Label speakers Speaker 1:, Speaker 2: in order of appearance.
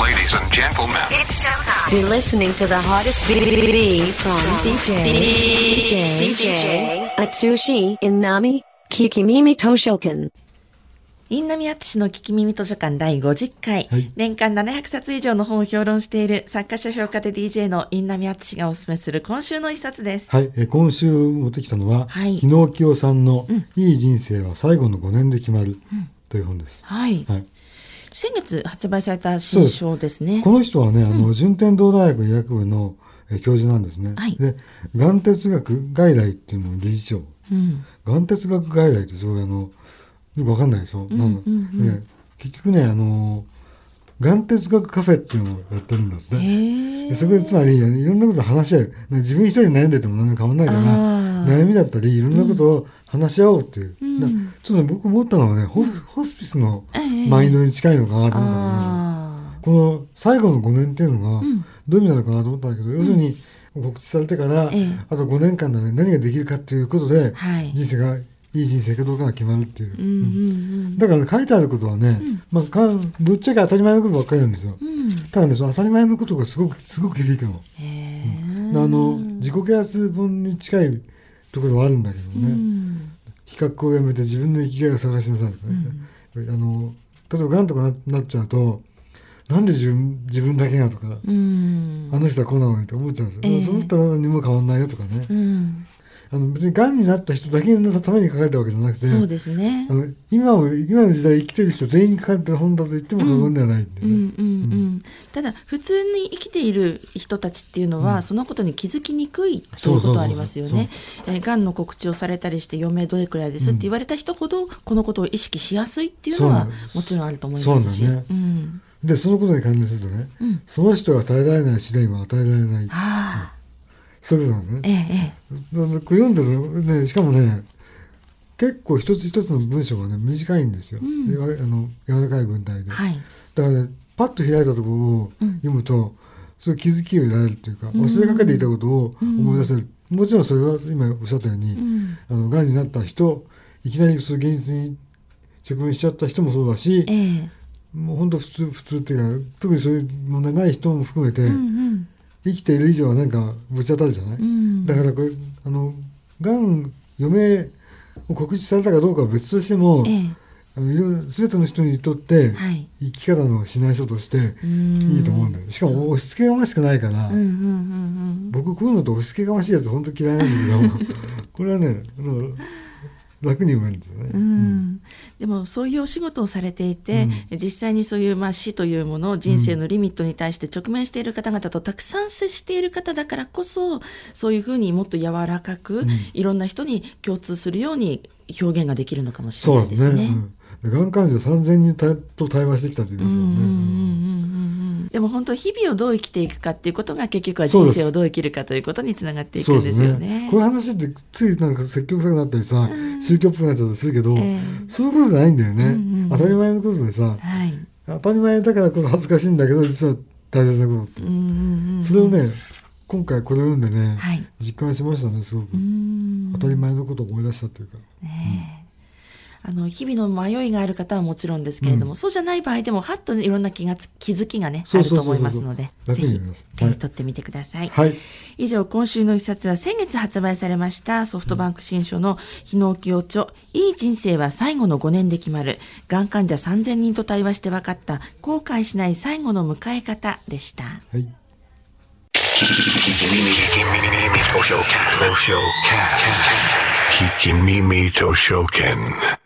Speaker 1: Ladies and gentlemen,
Speaker 2: You're listening to the hottest B- B- B- from DJ DJ DJ Atsushi Inami Kikimimi Toshokan.
Speaker 3: インナミアツシの聞き耳図書館第50回、年間700冊以上の本を評論している作家書評家で DJ のインナミアツシがおすすめする今週の一冊です。
Speaker 4: はい、えー今週持ってきたのは、
Speaker 3: はい
Speaker 4: 日野清さんの「いい人生は最後の5年で決まる」という本です。
Speaker 3: はい。
Speaker 4: はい、
Speaker 3: 先月発売された新書ですね。
Speaker 4: この人はね、あの順天堂大学医学部のえー教授なんですね。
Speaker 3: はい
Speaker 4: で眼哲学外来っていうのの理事長。
Speaker 3: うん。
Speaker 4: 眼哲学外来ってすごいあのよくわかんないでしょ、なんかね、結局ねあの眼哲学カフェっていうのをやってるんだって。
Speaker 3: へえ。
Speaker 4: そこでつまりいろんなことを話し合う自分一人で悩んでても何も変わんないから
Speaker 3: あー
Speaker 4: 悩みだったりいろんなことを話し合おうっていう、だからちょっとね僕思ったのはねホホスピスのマインドに近いのかなと思ったんだ
Speaker 3: あ
Speaker 4: けど、この最後の5年っていうのがどういう意味なのかなと思ったんだけど、要するに告知されてから、
Speaker 3: ええ
Speaker 4: あと5年間で何ができるかっていうことで、
Speaker 3: はい
Speaker 4: 人生がいい人生かどうかが決まるっていう、
Speaker 3: あ。うんうん
Speaker 4: だからね、書いてあることはね、まあかんぶっちゃけ当たり前のことばっかりなんですよ。
Speaker 3: うん。うん。
Speaker 4: ただねその当たり前のことがすごくすごく響くの。
Speaker 3: へ
Speaker 4: あ
Speaker 3: え。
Speaker 4: の自己啓発本に近いところはあるんだけどね、
Speaker 3: うん。
Speaker 4: 比較をやめて自分の生きがいを探しなさいとかね、あの例えばがんとかななっちゃうとなんで自分自分だけがとか、
Speaker 3: うん。
Speaker 4: あの人はこうなのにって思っちゃうんですよ、
Speaker 3: ええ
Speaker 4: その人は何も変わんないよとかね、
Speaker 3: うん。
Speaker 4: あの別にがんになった人だけのために書かれたわけじゃなくて
Speaker 3: そうですね
Speaker 4: あ。の今を今の時代生きてる人全員に書かれてる本だと言っても過言ではないんで
Speaker 3: う
Speaker 4: ね、
Speaker 3: んうんうん、ただ普通に生きている人たちっていうのは、そのことに気づきにくいという
Speaker 4: そう
Speaker 3: こ
Speaker 4: そ
Speaker 3: と
Speaker 4: うそうそう
Speaker 3: はありますよね。えーがんの告知をされたりして余命どれくらいですって言われた人ほど、このことを意識しやすいっていうの
Speaker 4: そ
Speaker 3: は
Speaker 4: うなんです
Speaker 3: もちろんあると思いますし。
Speaker 4: そうなんだよね
Speaker 3: ん
Speaker 4: でそのことに関連するとね、
Speaker 3: うん
Speaker 4: その人が耐えられない試練は与えられない
Speaker 3: ああ、
Speaker 4: そういうことなんですね
Speaker 3: えええ
Speaker 4: だからこれ読んでるとねしかもね結構一つ一つの文章がね短いんですよ、
Speaker 3: ん
Speaker 4: でわあの柔らかい文体で、
Speaker 3: えはい。
Speaker 4: だからねパッと開いたところを読むと、そういう気づきを得られるというか、忘れかけていたことを思い出せる、もちろんそれは今おっしゃったように、
Speaker 3: ん
Speaker 4: あのがんになった人いきなりそういう現実に直面しちゃった人もそうだし、
Speaker 3: ええ
Speaker 4: もう本当普通普通っていうか特にそういう問題ない人も含めて、
Speaker 3: うん
Speaker 4: 生きている以上はなんかぶち当たるじゃない、
Speaker 3: ん
Speaker 4: だからこれあのがん余命を告知されたかどうかは別としても、
Speaker 3: うん、ええ
Speaker 4: あのいろいろ全ての人にとって、
Speaker 3: はい
Speaker 4: 生き方の指南書として
Speaker 3: ん
Speaker 4: いいと思うんだよしかも押し付けがましくないから、
Speaker 3: うんうんうん
Speaker 4: 僕こういうのと押し付けがましいやつ本当嫌いなんだけ どこれはねあの楽に読めるんですよね。
Speaker 3: うんうんでもそういうお仕事をされていて、実際にそういう、まあ、死というものを人生のリミットに対して直面している方々とたくさん接している方だからこそそういうふうにもっと柔らかく、いろんな人に共通するように表現ができるのかもしれ
Speaker 4: そ
Speaker 3: な
Speaker 4: う
Speaker 3: い
Speaker 4: で
Speaker 3: です
Speaker 4: すね。
Speaker 3: ね。
Speaker 4: うん、でがん患者3000人たと対話してきたと言いますよね。
Speaker 3: でも本当日々をどう生きていくかっていうことが結局は人生をどう生きるかということにつながっていくんですよね。
Speaker 4: こういう話ってついなんか積極臭くなったりさ、宗教っぽくなっちゃったりするけど、
Speaker 3: ええ
Speaker 4: そういうことじゃないんだよね、
Speaker 3: んうん
Speaker 4: 当たり前のことでさ
Speaker 3: はい、
Speaker 4: 当たり前だからこそ恥ずかしいんだけど実は大切なことって、
Speaker 3: うんうんうん
Speaker 4: それをね今回これを読んでね、
Speaker 3: はい
Speaker 4: 実感しましたねすごく、
Speaker 3: うん
Speaker 4: 当たり前のことを思い出したというか、
Speaker 3: ねえあの日々の迷いがある方はもちろんですけれども、そうじゃない場合でもはっとねいろんな気がつ気づきがねあ
Speaker 4: そう
Speaker 3: る
Speaker 4: そう
Speaker 3: と
Speaker 4: そう
Speaker 3: 思
Speaker 4: そう
Speaker 3: いますのでぜ
Speaker 4: 楽に
Speaker 3: ひ
Speaker 4: なります
Speaker 3: 手に取ってみてください、
Speaker 4: はい
Speaker 3: 以上今週の一冊は先月発売されましたソフトバンク新書の「日野清著いい人生は最後の5年で決まる」がん患者3000人と対話して分かった後悔しない最後の迎え方でした。
Speaker 4: はい、
Speaker 1: Kikimimi Toshoken. Toshoken. Kikimimi Toshoken.